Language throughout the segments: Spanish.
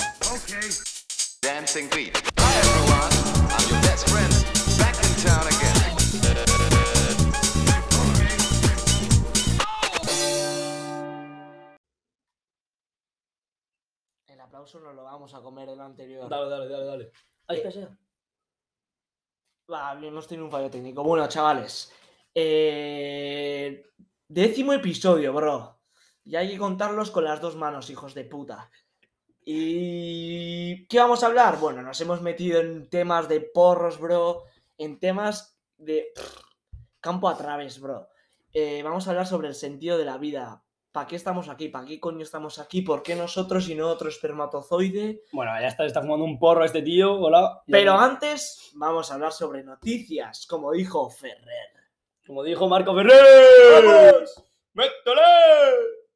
okay? Dancing Beat. Hi everyone, I'm your best friend, back in town again. El aplauso nos lo vamos a comer de lo anterior. Eh, Dale, dale, dale, dale. Ay, espera, espera. Va, hemos tenido un fallo técnico. Bueno, chavales. eh, Décimo episodio, bro. Y hay que contarlos con las dos manos, hijos de puta. ¿Y qué vamos a hablar? Bueno, nos hemos metido en temas de porros, bro. En temas de pff, campo a través, bro. Eh, vamos a hablar sobre el sentido de la vida. ¿Para qué estamos aquí? ¿Para qué coño estamos aquí? ¿Por qué nosotros y no otro espermatozoide? Bueno, ya está, está fumando un porro este tío, hola. Ya Pero está. antes vamos a hablar sobre noticias, como dijo Ferrer. Como dijo Marco Ferrer. ¡Métele!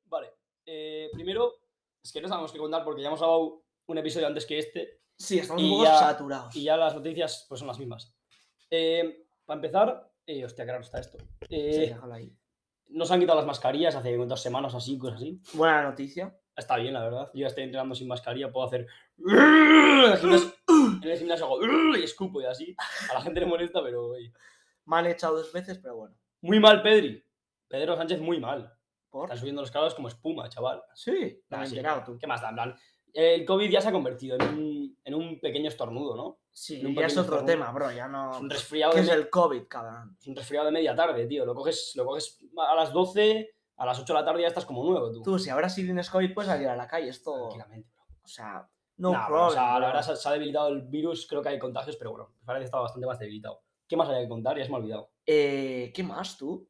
Vale, eh, primero, es que no sabemos qué contar porque ya hemos grabado un episodio antes que este Sí, estamos Y un poco ya- saturados. y ya las noticias pues son las mismas. Eh, para empezar, eh, hostia, claro está esto. Eh, Sí, déjalo ahí. Nos han quitado las mascarillas hace dos semanas o así, cosas así. Buena noticia. Está bien, la verdad. Yo ya estoy entrenando sin mascarilla, puedo hacer. En el gimnasio, en el gimnasio hago. Y escupo y así. A la gente le molesta, pero. oye. Me han echado dos veces, pero bueno. Muy mal, Pedri. Pedro Sánchez, muy mal. ¿Por? Están subiendo los casos como espuma, chaval. Sí, me Ah, he sí. enterado tú. ¿Qué más da? En plan, El COVID ya se ha convertido en un, en un pequeño estornudo, ¿no? Sí, Nunca ya es tienes otro tabú. tema, bro. Ya Es no. un Ah, resfriado, pues, ¿Qué de, es me- el COVID, cabrón? es un resfriado de media tarde, tío. Lo coges, lo coges a las 12, a las 8 de la tarde ya estás como nuevo, tú. Tú, si ahora sí tienes COVID, puedes salir a la calle. Esto. Tranquilamente. O sea, no Nah, problem. bueno, o sea, la bro. verdad se, ha- se ha debilitado el virus, creo que hay contagios, pero bueno, parece que está bastante más debilitado. ¿Qué más había que contar? Ya se me ha olvidado. Eh, ¿Qué más, tú?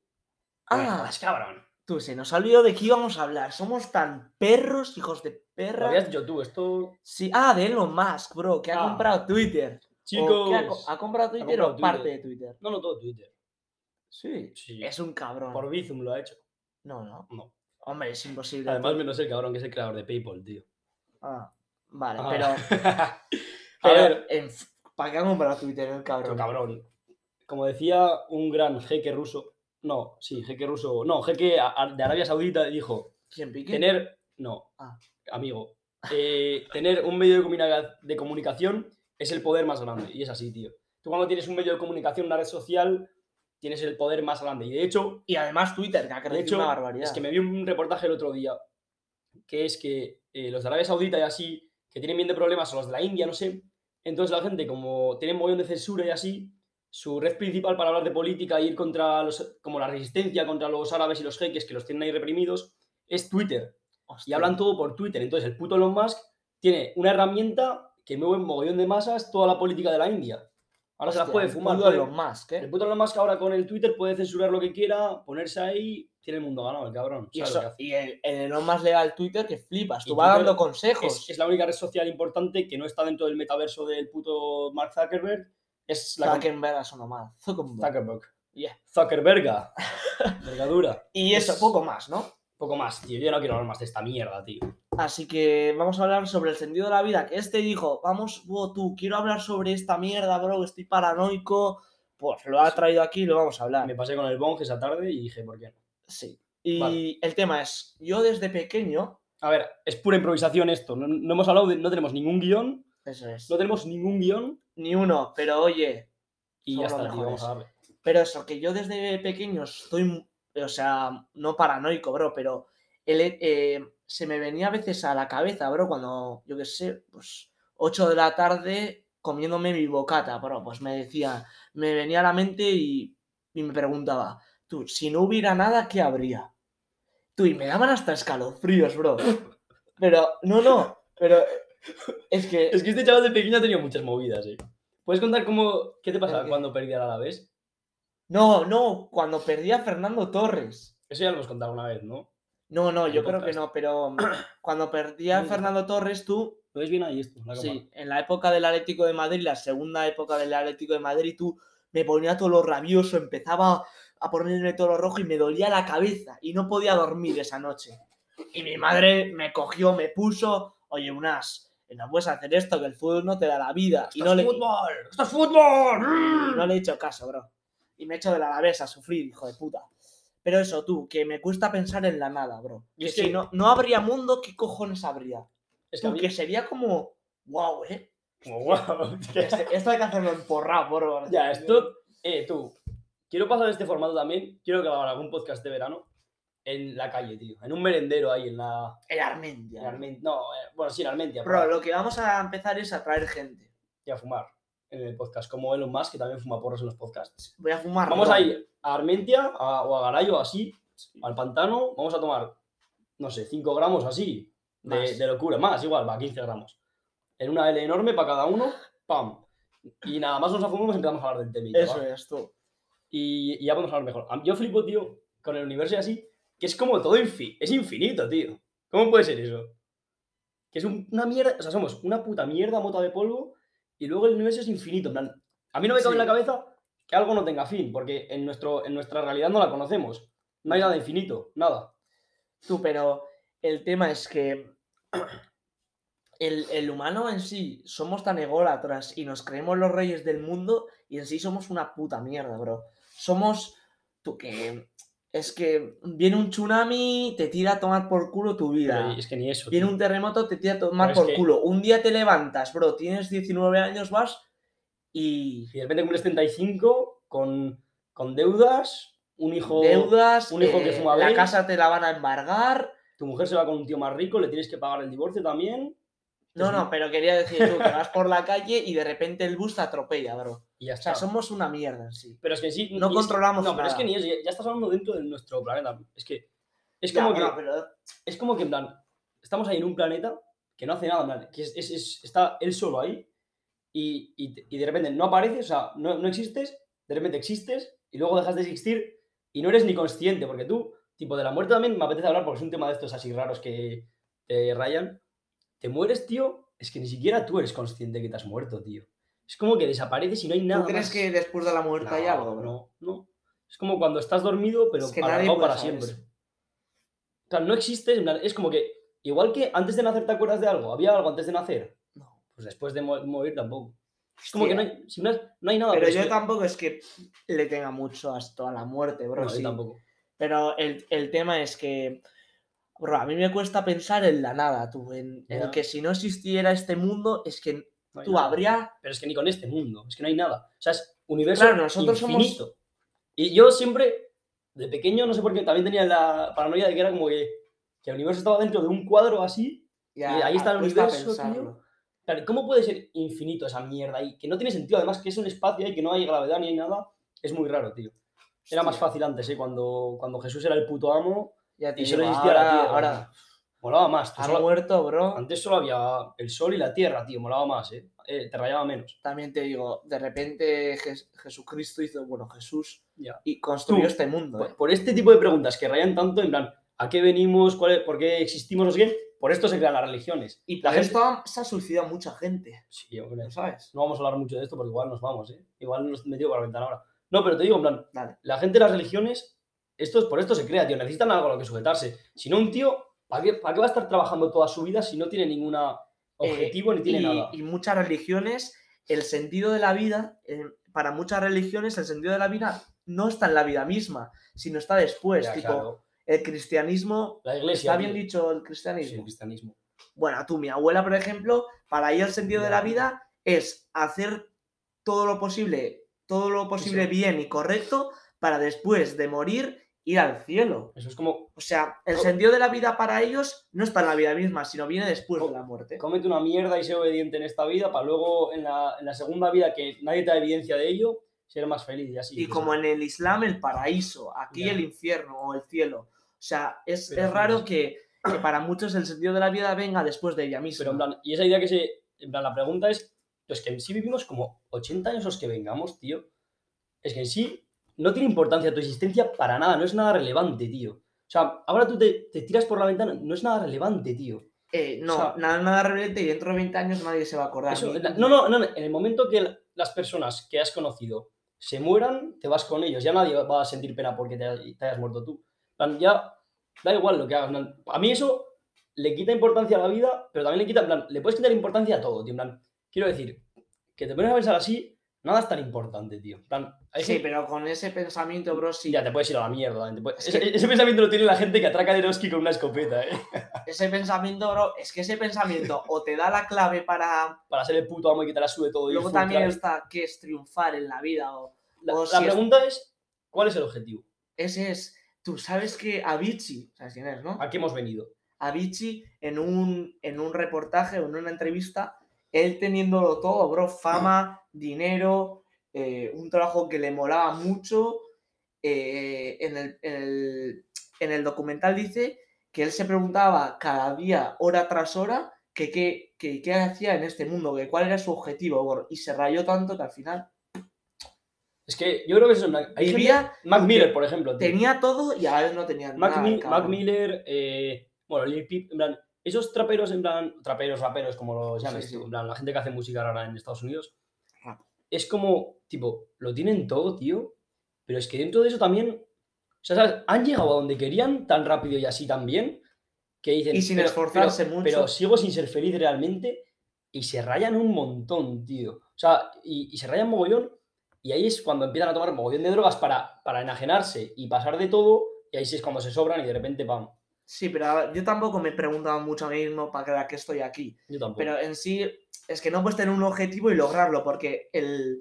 Bueno, Ah, jodas, cabrón. tú, se nos ha olvidado de qué íbamos a hablar. Somos tan perros, hijos de Lo perra. habías dicho tú, esto. Sí, ah, de Elon Musk, bro, que ha Ah. comprado Twitter. Chicos. O, Oh, ¿qué ha, co- ha comprado Twitter comprado o parte Twitter. de Twitter? No, no, todo Twitter. Sí. Sí. Es un cabrón. Por Bizum lo ha hecho. No, no. No. Hombre, es imposible. Además, menos el cabrón que es el creador de PayPal, tío. Ah, vale, Ah. pero, a ver, pero en f- ¿para qué ha comprado Twitter el Pero cabrón? cabrón, como decía un gran jeque ruso, no, sí, jeque ruso, no, jeque a- a- de Arabia Saudita dijo, ¿Quién pique? tener, no, Ah. amigo, eh, tener un medio de, comunica- de comunicación es el poder más grande, y es así, tío. Tú cuando tienes un medio de comunicación, una red social, tienes el poder más grande, y de hecho, Y además Twitter, que ha crecido hecho, una barbaridad. es que me vi un reportaje el otro día, que es que eh, los de Arabia Saudita y así, que tienen bien de problemas, o los de la India, no sé. Entonces la gente, como tienen mogollón de censura y así, su red principal para hablar de política e ir contra los, como la resistencia contra los árabes y los jeques que los tienen ahí reprimidos, es Twitter. Y Hostia. hablan todo por Twitter. Entonces el puto Elon Musk tiene una herramienta que mueve un mogollón de masas toda la política de la India. Ahora se las Hostia, puede el fumar. puto puede- Elon Musk, ¿eh? el puto Elon Musk ahora con el Twitter puede censurar lo que quiera, ponerse ahí, tiene el mundo ganado, el cabrón. Y, ¿sabes eso- lo que hace? y el, el Elon Musk le da al Twitter que flipas. Y Tú vas Twitter dando consejos. Es, es la única red social importante que no está dentro del metaverso del puto Mark Zuckerberg. Es la com- Zuckerberg ha sonado mal. Zuckerberg. Zuckerberg. Yeah. Zuckerberga. Vergadura. Y eso, es- poco más, ¿no? Poco más, tío. Yo no quiero hablar más de esta mierda, tío. Así que vamos a hablar sobre el sentido de la vida. Que este dijo, vamos, buh, tú, quiero hablar sobre esta mierda, bro, que estoy paranoico. Pues lo ha traído aquí y lo vamos a hablar. Me pasé con el Bong esa tarde y dije, ¿por qué no? Sí. Y Vale. el tema es, yo desde pequeño, A ver, es pura improvisación esto. No, no hemos hablado de. No tenemos ningún guión. eso es, No tenemos ningún guión. ni uno, pero oye, Y Somos ya los está, tío. Vamos a mejores. darle. pero eso, que yo desde pequeño estoy, mu- o sea, no paranoico, bro, pero el, he- eh, se me venía a veces a la cabeza, bro, cuando, yo qué sé, pues 8 de la tarde comiéndome mi bocata, bro, pues me decía, me venía a la mente y, y me preguntaba, tú, si no hubiera nada, ¿qué habría? Tú, y me daban hasta escalofríos, bro. Pero, no, no, pero es que... Es que este chaval de pequeño ha tenido muchas movidas, eh. ¿Puedes contar cómo. ¿Qué te pasaba qué? cuando perdí al Alavés? No, no, cuando perdí a Fernando Torres. Eso ya lo hemos contado una vez, ¿no? No, no, En yo el creo que podcast. no, pero mm, cuando perdí a Mm. Fernando Torres, tú, ¿Lo ves bien ahí esto? La cámara? sí, en la época del Atlético de Madrid, la segunda época del Atlético de Madrid, tú me ponía todo lo rabioso, empezaba a ponerme todo lo rojo y me dolía la cabeza y no podía dormir esa noche. Y mi madre me cogió, me puso, oye, Unas, no puedes hacer esto, que el fútbol no te da la vida. Y ¡Esto no es le, fútbol! ¡Esto es fútbol! Y no le he hecho caso, bro. Y me he hecho de la Alavés a sufrir, hijo de puta. Pero eso, tú, que me cuesta pensar en la nada, bro. Y Que es que- si no, no habría mundo, ¿qué cojones habría? Es que a Tú, mí- que sería como wow, ¿eh? Como, wow. Este- esto hay que hacerlo emporrado, bro. Este, ya, esto. Eh, tú. Quiero pasar este formato también. Quiero grabar algún podcast de verano en la calle, tío. En un merendero ahí, en la. El en Armendia. Armen- No, eh, bueno, sí, en Armentia. Bro, pero- lo que vamos a empezar es a traer gente. Y a fumar en el podcast. Como Elon Musk, que también fuma porros en los podcasts. Voy a fumar. Vamos ron. a ir a Armentia a- o a Garayo, así, Sí. al pantano, vamos a tomar, no sé, 5 gramos así, de, Más. de locura, más, igual, va, 15 gramos. En una L enorme para cada uno, pam. Y nada más nos afumamos y empezamos a hablar del tema. y ya, Eso ¿va? es, tú. Y, y ya podemos hablar mejor. A mí- Yo flipo, tío, con el universo y así, que es como todo infi- es infinito, tío. ¿Cómo puede ser eso? Que es un- una mierda, o sea, somos una puta mierda mota de polvo y luego el universo es infinito. en plan, a mí no me cabe en la Sí. cabeza que algo no tenga fin, porque en, nuestro, en nuestra realidad no la conocemos. No hay nada infinito, nada. Tú, pero el tema es que el, el humano en sí somos tan ególatras y nos creemos los reyes del mundo y en sí somos una puta mierda, bro. Somos. Tú que. Es que viene un tsunami, te tira a tomar por culo tu vida. Pero Es que ni eso. Viene tío. un terremoto, te tira a tomar Pero es por que- culo. Un día te levantas, bro, tienes 19 años, vas y. Y de repente cumples 35 con, con deudas, un hijo. deudas, un hijo que eh, fuma la vape. casa te la van a embargar. Tu mujer se va con un tío más rico, le tienes que pagar el divorcio también. No, Es no, un- pero quería decir tú que vas por la calle y de repente el bus te atropella, bro. Y ya O está. sea, somos una mierda en sí. Pero es que sí. No y es que- controlamos No, pero es nada. que ni eso. Ya, ya estás hablando dentro de nuestro planeta. Es que. Es Ya, como, que, bueno, pero- es como que, en plan. Estamos ahí en un planeta que no hace nada, en plan, Que es, es- es- está él solo ahí. Y, y te- y de repente no apareces, o sea, no, no existes. De repente existes. Y luego dejas de existir. Y no eres ni consciente. Porque tú, tipo, de la muerte también me apetece hablar porque es un tema de estos así raros que te rayan. Te mueres, tío. Es que ni siquiera tú eres consciente que te has muerto, tío. Es como que desapareces y no hay nada. ¿Tú crees más. que después de la muerte hay No, algo, bro? No, no. Es como cuando estás dormido, pero Es que nadie alargado puede para saber siempre. eso. O sea, no existe, en plan, es como que, igual que antes de nacer te acuerdas de algo, había algo antes de nacer, No. pues después de mo- morir tampoco. Es como que no Hostia, hay, si no hay- no hay nada. Pero es yo que- tampoco es que le tenga mucho hasta la muerte, bro. no, yo sí. tampoco. Pero el, el tema es que, bro, a mí me cuesta pensar en la nada, tú. En, en Ya. que si no existiera este mundo, es que no hay tú nada. habría. Pero es que ni con este mundo, es que no hay nada. O sea, es universo Claro, nosotros somos- infinito. Y yo siempre, de pequeño, no sé por qué, también tenía la paranoia de que era como que, que el universo estaba dentro de un cuadro así Ya, ahí está el cuesta universo, tío. pensarlo. Claro, ¿cómo puede ser infinito esa mierda ahí? Que no tiene sentido, además que es un espacio ahí que no hay gravedad ni hay nada. Es muy raro, tío. Era más Hostia, fácil antes, ¿eh? Cuando, cuando Jesús era el puto amo Ya te y solo digo, existía la ahora, Tierra. ahora Pues Molaba más. tío, has solo- muerto, bro. Antes solo había el sol y la Tierra, tío. Molaba más, ¿eh? Eh, te rayaba menos. también te digo, de repente Jes- Jesucristo hizo, bueno, Jesús, Ya. y construyó Tú, este mundo. Por, eh. por este tipo de preguntas que rayan tanto, en plan, ¿a qué venimos? ¿Cuál es- ¿Por qué existimos? No sé qué. Por esto se crean las religiones. Y la por gente- esto ha- se ha suicidado mucha gente, Sí, hombre. ¿lo sabes? No vamos a hablar mucho de esto porque igual nos vamos, ¿eh? Igual nos metido para la ventana ahora. No, pero te digo, en plan, Dale. la gente de las religiones, esto es, por esto se crea, tío. Necesitan algo a lo que sujetarse. Si no, un tío, ¿para qué, para qué va a estar trabajando toda su vida si no tiene ningún objetivo ni tiene Eh, y, nada? y muchas religiones, el sentido de la vida, eh, para muchas religiones, el sentido de la vida no está en la vida misma, sino está después. Ya, tipo, claro, el cristianismo. la iglesia. ¿Está bien tío. dicho el Sí, el cristianismo? cristianismo. Bueno, tú, mi abuela, por ejemplo, para ella el sentido de Ya. la vida es hacer todo lo posible, todo lo posible sí. bien y correcto para después de morir ir al cielo. Eso es como, O sea, el Co- sentido de la vida para ellos no está en la vida misma, sino viene después Co- de la muerte. cómete una mierda y sé obediente en esta vida para luego en la, en la segunda vida que nadie te da evidencia de ello, ser más feliz y así. Y tío. como en el Islam el paraíso, aquí Ya. el infierno o el cielo. O sea, es, Pero es sí, raro sí. que, que para muchos el sentido de la vida venga después de ella misma. Pero en plan, y esa idea que se. En plan, la pregunta es: pues que en sí vivimos como 80 años los que vengamos, tío. Es que en sí no tiene importancia tu existencia para nada, no es nada relevante, tío. O sea, ahora tú te, te tiras por la ventana, no es nada relevante, tío. Eh, no, o sea- nada, nada relevante y dentro de 20 años nadie se va a acordar. Eso, ni- en la- no, no, no, no, en el momento que la- las personas que has conocido se mueran, te vas con ellos. Ya nadie va a sentir pena porque te, ha- te hayas muerto tú. En plan, Ya da igual lo que hagas. en plan, A mí eso le quita importancia a la vida, pero también le quita, en plan, le puedes quitar importancia a todo, tío. en plan, quiero decir, que te pones a pensar así, Nada es tan importante, tío. En plan, hay Sí, gente- pero con ese pensamiento, bro, sí. Ya, te puedes ir a la mierda. te puedes- Es Ese, que- ese pensamiento lo tiene la gente que atraca de Eroski con una escopeta, ¿eh? Ese pensamiento, bro, es que ese pensamiento o te da la clave para. Para ser el puto amo y quitarla su de todo. y Luego frustrar. también está que es triunfar en la vida. O... La, o la si es- pregunta es, ¿cuál es el objetivo? Ese es. Tú sabes que Avicii, ¿sabes quién es, no? ¿A qué hemos venido? Avicii en un, en un reportaje o en una entrevista, él teniéndolo todo, bro, fama, dinero, eh, un trabajo que le molaba mucho. eh, en, el, en el- en el documental dice que él se preguntaba cada día, hora tras hora, que qué que, qué hacía en este mundo, que cuál era su objetivo, bro, y se rayó tanto que al final Es que yo creo que eso es una... hay gente- vivía, Mac Miller, por ejemplo. tío. tenía todo y a la vez no tenía Mac, nada. Mi- cabrón. Mac Miller, eh, bueno, Lil Peep, en plan, esos traperos, en plan, traperos, raperos, como los Sí, Ah. llames, sí. tú, en plan, la gente que hace música ahora en Estados Unidos, Rap. es como, tipo, lo tienen todo, tío, pero es que dentro de eso también, o sea, ¿sabes? han llegado a donde querían tan rápido y así tan bien, que dicen, Y sin "Pero- esforzarse pero- mucho". pero sigo sin ser feliz realmente, y se rayan un montón, tío, o sea, y, y se rayan mogollón, y ahí es cuando empiezan a tomar mogollón de drogas para, para enajenarse y pasar de todo. Y ahí sí es cuando se sobran y de repente, pam. Sí, pero a- yo tampoco me he preguntado mucho a mí mismo para qué estoy aquí. Yo tampoco. Pero en sí, es que no puedes tener un objetivo y lograrlo, porque el,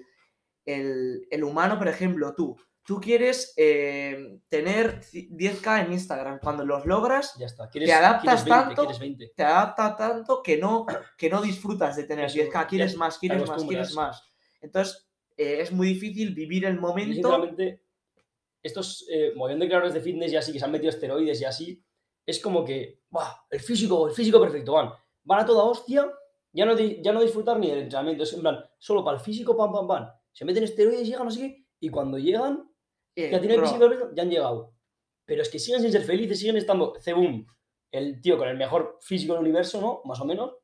el- el humano, por ejemplo, tú, tú quieres eh, tener ci- 10k en Instagram. Cuando los logras, ya está. te adaptas quieres 20, tanto, quieres 20. te adapta tanto que no, que no disfrutas de tener Eso, 10k. ya Quieres te- más, te quieres más, quieres acostumbras. más. Entonces, eh, es muy difícil vivir el Yo, momento. sinceramente, estos eh, mogollón de creadores de fitness y así, que se han metido esteroides y así, es como que, ¡buah! El físico, el físico perfecto, van. Van a toda hostia, ya no, di- ya no disfrutar ni del entrenamiento. Es en plan, solo para el físico, pam, pam, pam. Se meten esteroides, llegan, no sé qué. Y cuando llegan, eh, ya tienen bro, físico perfecto, ya han llegado. Pero es que siguen sin ser felices, siguen estando. Cebum, el tío con el mejor físico del universo, ¿no? Más o menos,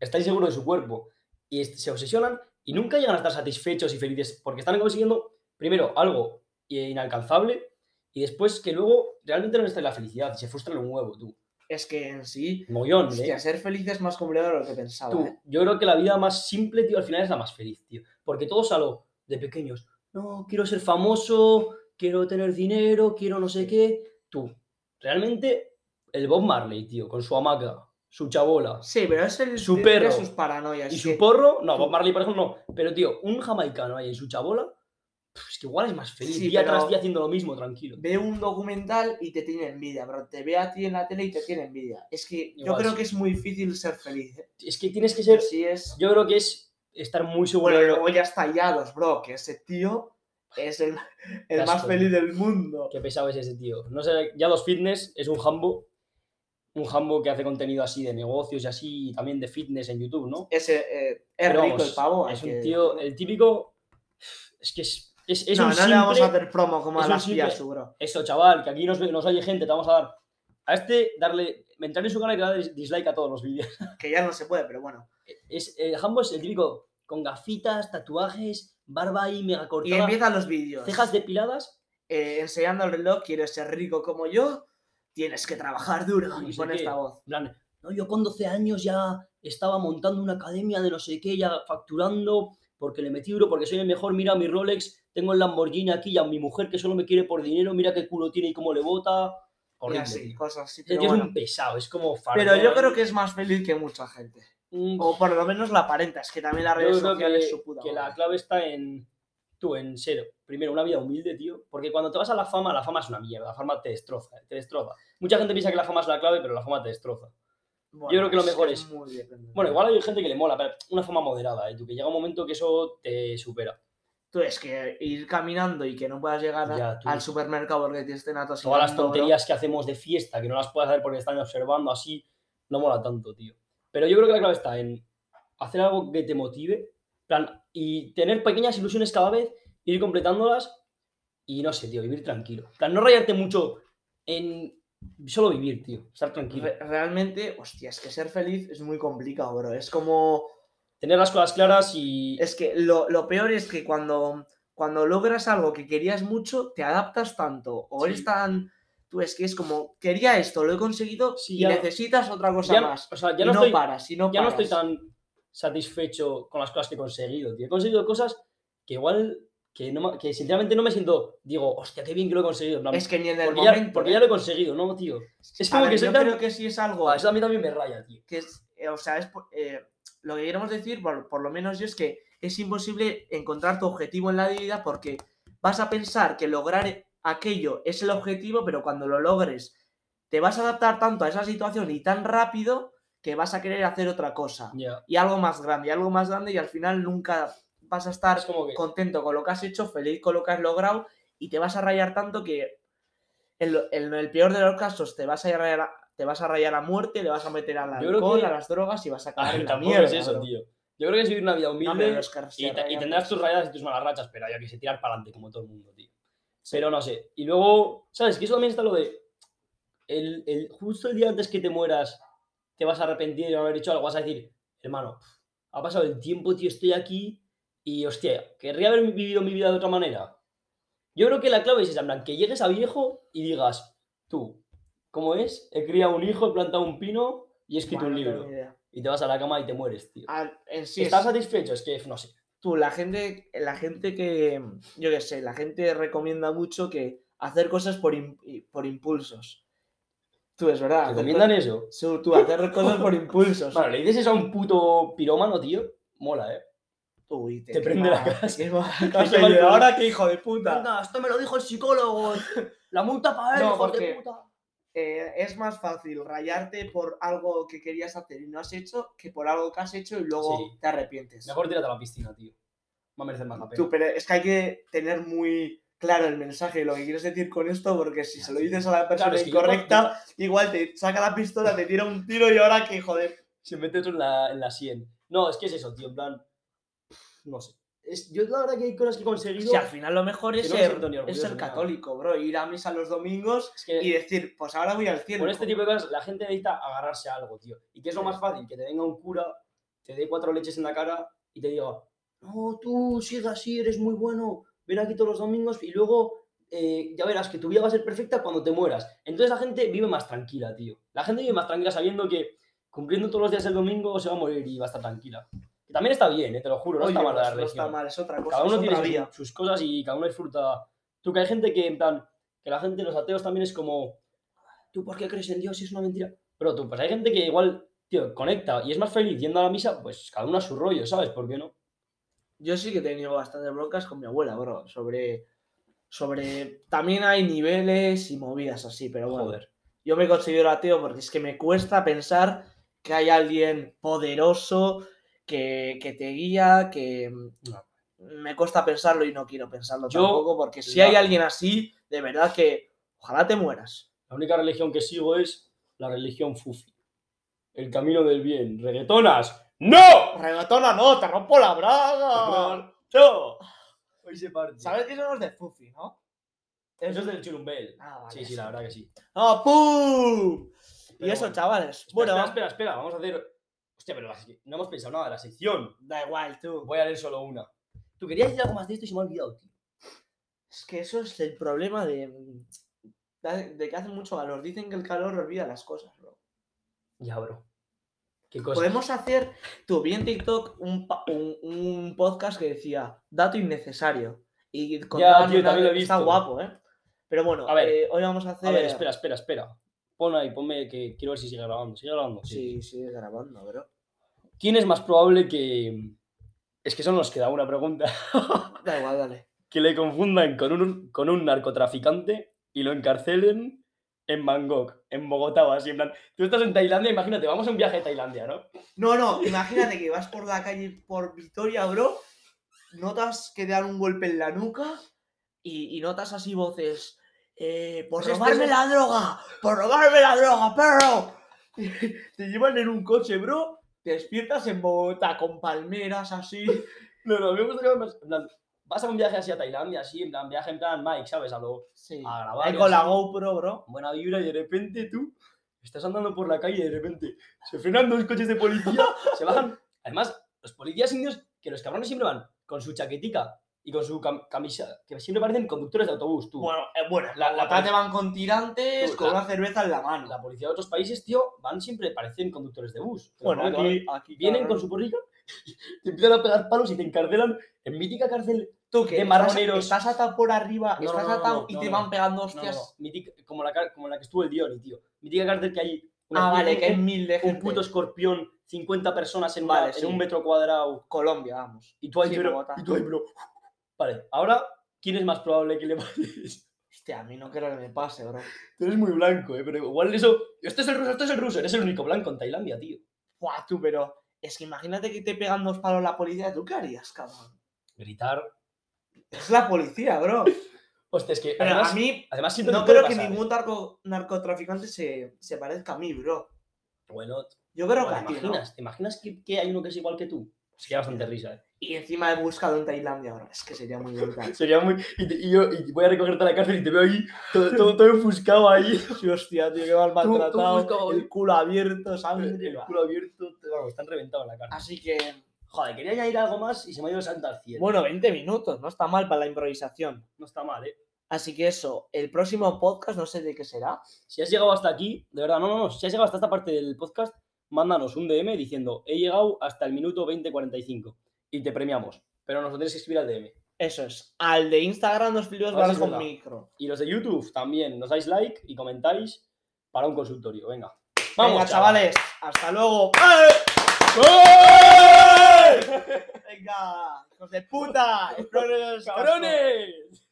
está inseguro de su cuerpo. Y est- se obsesionan y nunca llegan a estar satisfechos y felices porque están consiguiendo, primero, algo eh, inalcanzable y después que luego realmente no está en la felicidad. Se frustran un huevo, tú. ¿eh? es que en sí, Mollón, hostia, ser feliz es más complicado de lo que pensaba. Tú, ¿eh? yo creo que la vida más simple, tío, al final es la más feliz, tío. Porque todos a lo de pequeños, no, quiero ser famoso, quiero tener dinero, quiero no sé qué. Tú, realmente, el Bob Marley, tío, con su hamaca, su chabola Sí, pero es el Su tendría perro sus paranoias. y es su que- porro, no, tú- Bob Marley, por ejemplo, no. Pero, tío, un jamaicano ahí en su chabola, pf, es que igual es más feliz, Sí, día pero- tras día haciendo lo mismo, tranquilo. ve un documental y te tiene envidia, bro. Te ve a ti en la tele y te tiene envidia. Es que yo Igual creo sí. que es muy difícil ser feliz. ¿eh? Es que tienes que ser, Así es. yo creo que es estar muy seguro Bueno, de lo- luego ya está Yados, bro, que ese tío es el, el Qué más asco, feliz del mundo. Qué pesado es ese tío. No sé, ya los fitness es un jambo. Un jambo que hace contenido así de negocios y así, y también de fitness en YouTube, ¿no? Ese eh, es Pero rico vamos, el pavo. hay Es un que- tío, el típico. Es que es. Es, es no, un no simple. le vamos a hacer promo como es a un las simple- tías, bro. Eso, chaval, que aquí nos, nos oye gente, te vamos a dar. A este, darle. Entrar en su canal y darle dis- dislike a todos los vídeos. Que ya no se puede, pero bueno. Es, el jambo es el típico con gafitas, tatuajes, barba ahí mega Y cortada, empiezan los vídeos. cejas depiladas. Eh, enseñando el reloj, quieres ser rico como yo, tienes que trabajar duro. Y no Y sé pone qué. esta voz. En plan, no, yo con 12 años ya estaba montando una academia de no sé qué, ya facturando, porque le metí duro, porque soy el mejor, mira mi Rolex, tengo el Lamborghini aquí, y a mi mujer que solo me quiere por dinero, mira qué culo tiene y cómo le bota. Y Horrible. así, tío. cosas así. Ese Pero, tío es bueno. un pesado, es como pero yo creo que es más feliz que mucha gente. O por lo menos la aparenta, es que también las redes sociales que, su puta que la madre. clave está en tú, en ser, primero, una vida humilde, tío, porque cuando te vas a la fama, la fama es una mierda, la fama te destroza, te destroza. Mucha gente piensa que la fama es la clave, pero la fama te destroza. Bueno, yo creo que lo mejor es- muy dependiente. Bueno, igual hay gente que le mola, pero una forma moderada, ¿eh? tú, que llega un momento que eso te supera. Tú es que ir caminando y que no puedas llegar a- Ya, tú. al supermercado porque te estén atosigando. Todas las bro. tonterías que hacemos de fiesta, que no las puedes hacer porque te están observando así, no mola tanto, tío. Pero yo creo que la clave está en hacer algo que te motive, en plan, y tener pequeñas ilusiones cada vez, ir completándolas y no sé, tío, vivir tranquilo. En plan, no rayarte mucho en solo vivir, tío, estar tranquilo. Re- realmente, hostia, es que ser feliz es muy complicado, bro. Es como. Tener las cosas claras y Es que lo, lo peor es que cuando, cuando logras algo que querías mucho, te adaptas tanto. O eres Sí. tan. Tú es que es como, quería esto, lo he conseguido Sí, y ya- necesitas otra cosa ya, no- más. o sea, y ya no, no estoy paras, y no ya no paras. estoy tan satisfecho con las cosas que he conseguido, tío. He conseguido cosas que igual, que, no, ma- que sinceramente no me siento, digo, hostia, qué bien que lo he conseguido. en plan, Es que ni en el porque, momento. ya, porque ¿eh? ya lo he conseguido, ¿no, tío? Es A como ver, que yo soy tan- creo que sí es algo Buah, Eso a mí también me raya, tío. que es, eh, o sea, es po- eh, lo que queremos decir, por, por lo menos yo, es que es imposible encontrar tu objetivo en la vida porque vas a pensar que lograr aquello es el objetivo, pero cuando lo logres te vas a adaptar tanto a esa situación y tan rápido que vas a querer hacer otra cosa Ya. y algo más grande, y algo más grande y al final nunca vas a estar Es como que. contento con lo que has hecho, feliz con lo que has logrado y te vas a rayar tanto que en, lo- en el peor de los casos te vas a rayar a, te vas a, rayar a muerte, le vas a meter al Yo creo alcohol, que- a las drogas y vas a Ah, acabar en la tampoco mierda. es eso, bro. tío. Yo creo que es vivir una vida No, humilde pero los que se y, ta- y rayan, tendrás pues, tus rayadas y tus malas rachas, pero ya que se tirar para adelante como todo el mundo, tío. Pero no sé. Y luego, ¿sabes? Que eso también está lo de. El, el- justo el día antes que te mueras, te vas a arrepentir de no haber hecho algo. Vas a decir, hermano, ha pasado el tiempo, tío, estoy aquí y hostia, querría haber vivido mi vida de otra manera. Yo creo que la clave es esa, en plan, que llegues a viejo y digas, tú, ¿cómo es? He criado un hijo, he plantado un pino y he escrito Buah, un no tengo libro ni idea. y te vas a la cama y te mueres, tío. Ah, en sí, ¿Estás es- satisfecho? Es que no sé. tú, la gente, la gente que, yo qué sé, la gente recomienda mucho que hacer cosas por, im- y- por impulsos. Tú, es verdad. hacer ¿Recomiendan co- eso? Sí, tú, hacer cosas por impulsos. Bueno, le dices eso a un puto pirómano, tío. Mola, ¿eh? Uy, te, Te prende la casa. casa. ahora qué hijo de puta. esto me lo dijo el psicólogo. La multa para él, No, hijos de porque- puta. eh, es más fácil rayarte por algo que querías hacer y no has hecho que por algo que has hecho y luego Sí. te arrepientes. Mejor tírate a la piscina, tío. Va a merecer más la pena. Tú, pero es que hay que tener muy claro el mensaje y lo que quieres decir con esto, porque si se lo dices a la persona Claro, es que yo incorrecta, igual te saca la pistola, te tira un tiro y ahora que joder. Se mete otro en la, en la sien. No, es que es eso, tío. En plan. No sé. Es, yo la verdad que hay cosas que he conseguido. Si al final lo mejor es Que no me ser, siento ni es orgulloso ser ni nada. católico, bro, ir a misa los domingos es que y decir, pues ahora voy al cielo. Por este tipo de cosas, la gente necesita agarrarse a algo, tío. ¿Y qué es lo más fácil? Que te venga un cura, te dé cuatro leches en la cara y te diga, no, tú sigue así, eres muy bueno, ven aquí todos los domingos y luego eh, ya verás que tu vida va a ser perfecta cuando te mueras. Entonces la gente vive más tranquila, tío. La gente vive más tranquila sabiendo que cumpliendo todos los días el domingo se va a morir y va a estar tranquila. Que también está bien, eh, te lo juro, no Oye, está mal la pues no está religión. mal, es otra cosa, Cada uno es tiene otra sus, vía. sus cosas y cada uno disfruta. Tú que hay gente que en plan, que la gente, los ateos también es como, ¿tú por qué crees en Dios si es una mentira? Pero tú, pues hay gente que igual, tío, conecta y es más feliz yendo a la misa, pues cada uno a su rollo, ¿sabes? ¿Por qué no? Yo sí que he tenido bastantes broncas con mi abuela, bro. Sobre. Sobre. También hay niveles y movidas así, pero bueno. Joder. Yo me considero ateo porque es que me cuesta pensar que hay alguien poderoso que, que te guía, que. No. Me cuesta pensarlo y no quiero pensarlo Yo- tampoco, porque si la- hay alguien así, de verdad que. Ojalá te mueras. La única religión que sigo es la religión fufi. El camino del bien. ¡Reggaetonas! ¡No! Regatona, no, te rompo la braga. ¡No! Hoy se parte. ¿Sabes que somos de Fufi, no? Eso es del churumbel. Ah, vale, sí, sí, la verdad que sí. ¡Ah, pum! Y Pero eso, bueno. chavales. Espera, Bueno, espera, espera, espera, vamos a hacer... Hostia, pero la sec- no hemos pensado nada de la sección. da igual, tú. Voy a leer solo una. Tú querías decir algo más de esto y se me ha olvidado, tío. Es que eso es el problema de, de que hace mucho calor. Dicen que el calor olvida las cosas, bro. Ya, bro. ¿Qué cosa? Podemos hacer, tú, vi en TikTok un, pa- un, un podcast que decía dato innecesario. Y contaban tío, una- también lo he Está visto. guapo, ¿eh? Pero bueno, A ver. eh, hoy vamos a hacer. A ver, espera, espera, espera. Pon ahí, ponme que quiero ver si sigue grabando. ¿Sigue grabando? Sí, sigue grabando, bro. ¿Quién es más probable que.? Es que solo nos queda una pregunta. Da igual, dale. que le confundan con un, con un narcotraficante y lo encarcelen en Bangkok, en Bogotá o así. En plan, tú estás en Tailandia, imagínate, vamos a un viaje a Tailandia, ¿no? No, no, imagínate que vas por la calle por Vitoria, bro. Notas que te dan un golpe en la nuca y, y notas así voces. eh, por Pues este robarme es- la droga, por robarme la droga, perro. Te llevan en un coche, bro. Te despiertas en Bogotá con palmeras así. No, no, me gustaría más. En plan, vas a un viaje así a Tailandia, así, en plan, viaje en plan Mike, ¿sabes? A lo, Sí. A grabar Ahí y con la así. GoPro, bro. buena vibra y de repente tú estás andando por la calle y de repente se frenan dos coches de policía, se bajan. Además, los policías indios, que los cabrones siempre van con su chaquetica y con su cam- camisa, que siempre parecen conductores de autobús, tú. Bueno, eh, bueno, La- en la Bogotá poli- te van con tirantes, Tú, con la- una cerveza en la mano. La policía de otros países, tío, van siempre, parecen conductores de bus. Te lo bueno, juro que van- aquí, aquí vienen claro. con su porrillo te empiezan a pegar palos y te encarcelan en mítica cárcel Tú que De estás- marroneros. Estás atado por arriba, No, estás no, no, atado no, y no, te no. van pegando No, hostias. no, mítica- como, la, car- como la que estuvo el Dioni, tío. Mítica cárcel que hay. una- Ah, vale, un- que hay un, mil de gente. un puto escorpión, 50 personas en, una- Vale, en sí. un metro cuadrado. Colombia, vamos. Y tú ahí, Sí, pero. Bogotá. Y tú ahí, pero. Vale, ahora, ¿quién es más probable que le mates? Hostia, a mí no creo que me pase, bro. Tú eres muy blanco, eh, pero igual eso. Este es el ruso, este es el ruso. Eres el único blanco en Tailandia, tío. Buah, tú, pero es que imagínate que te pegan dos palos la policía, ¿tú qué harías, cabrón? Gritar. Es la policía, bro. Hostia, es que. Pero además, a mí, además siento no puede creo que pasar, eh. ningún narco- narcotraficante se, se parezca a mí, bro. ¿eh? Bueno, Yo creo que bueno, a ¿te ti, ¿no? imaginas, ¿te imaginas que, que hay uno que es igual que tú? Sería bastante risa, eh. Y encima he buscado en Tailandia ahora. Es que sería muy brutal. Sería muy. Y, te- y yo y voy a recogerte a la cárcel y te veo ahí, todo, todo, todo enfuscado ahí. Sí, hostia, tío, que mal tú maltratado. buscabas- el culo abierto, sangre. El va. culo abierto, te- vamos, están reventados en la cárcel. Eh, Así que, Joder, quería añadir algo más y se me ha ido el santo al cielo. bueno, 20 minutos, no está mal para la improvisación. no está mal, eh. Así que eso, el próximo podcast no sé de qué será. Si has llegado hasta aquí, de verdad, no, no, no. Si has llegado hasta esta parte del podcast, mándanos un DM diciendo he llegado hasta el minuto 20.45 y te premiamos. Pero nos lo tienes que escribir al DM. Eso es, al de Instagram los vídeos A ver van si es con verdad. micro. Y los de YouTube también, nos dais like y comentáis para un consultorio. Venga. Vamos, Venga, chavales. chavales, hasta luego. ¡Eh! Venga, hijos de puta, exploren los cascos. ¡Cabrones!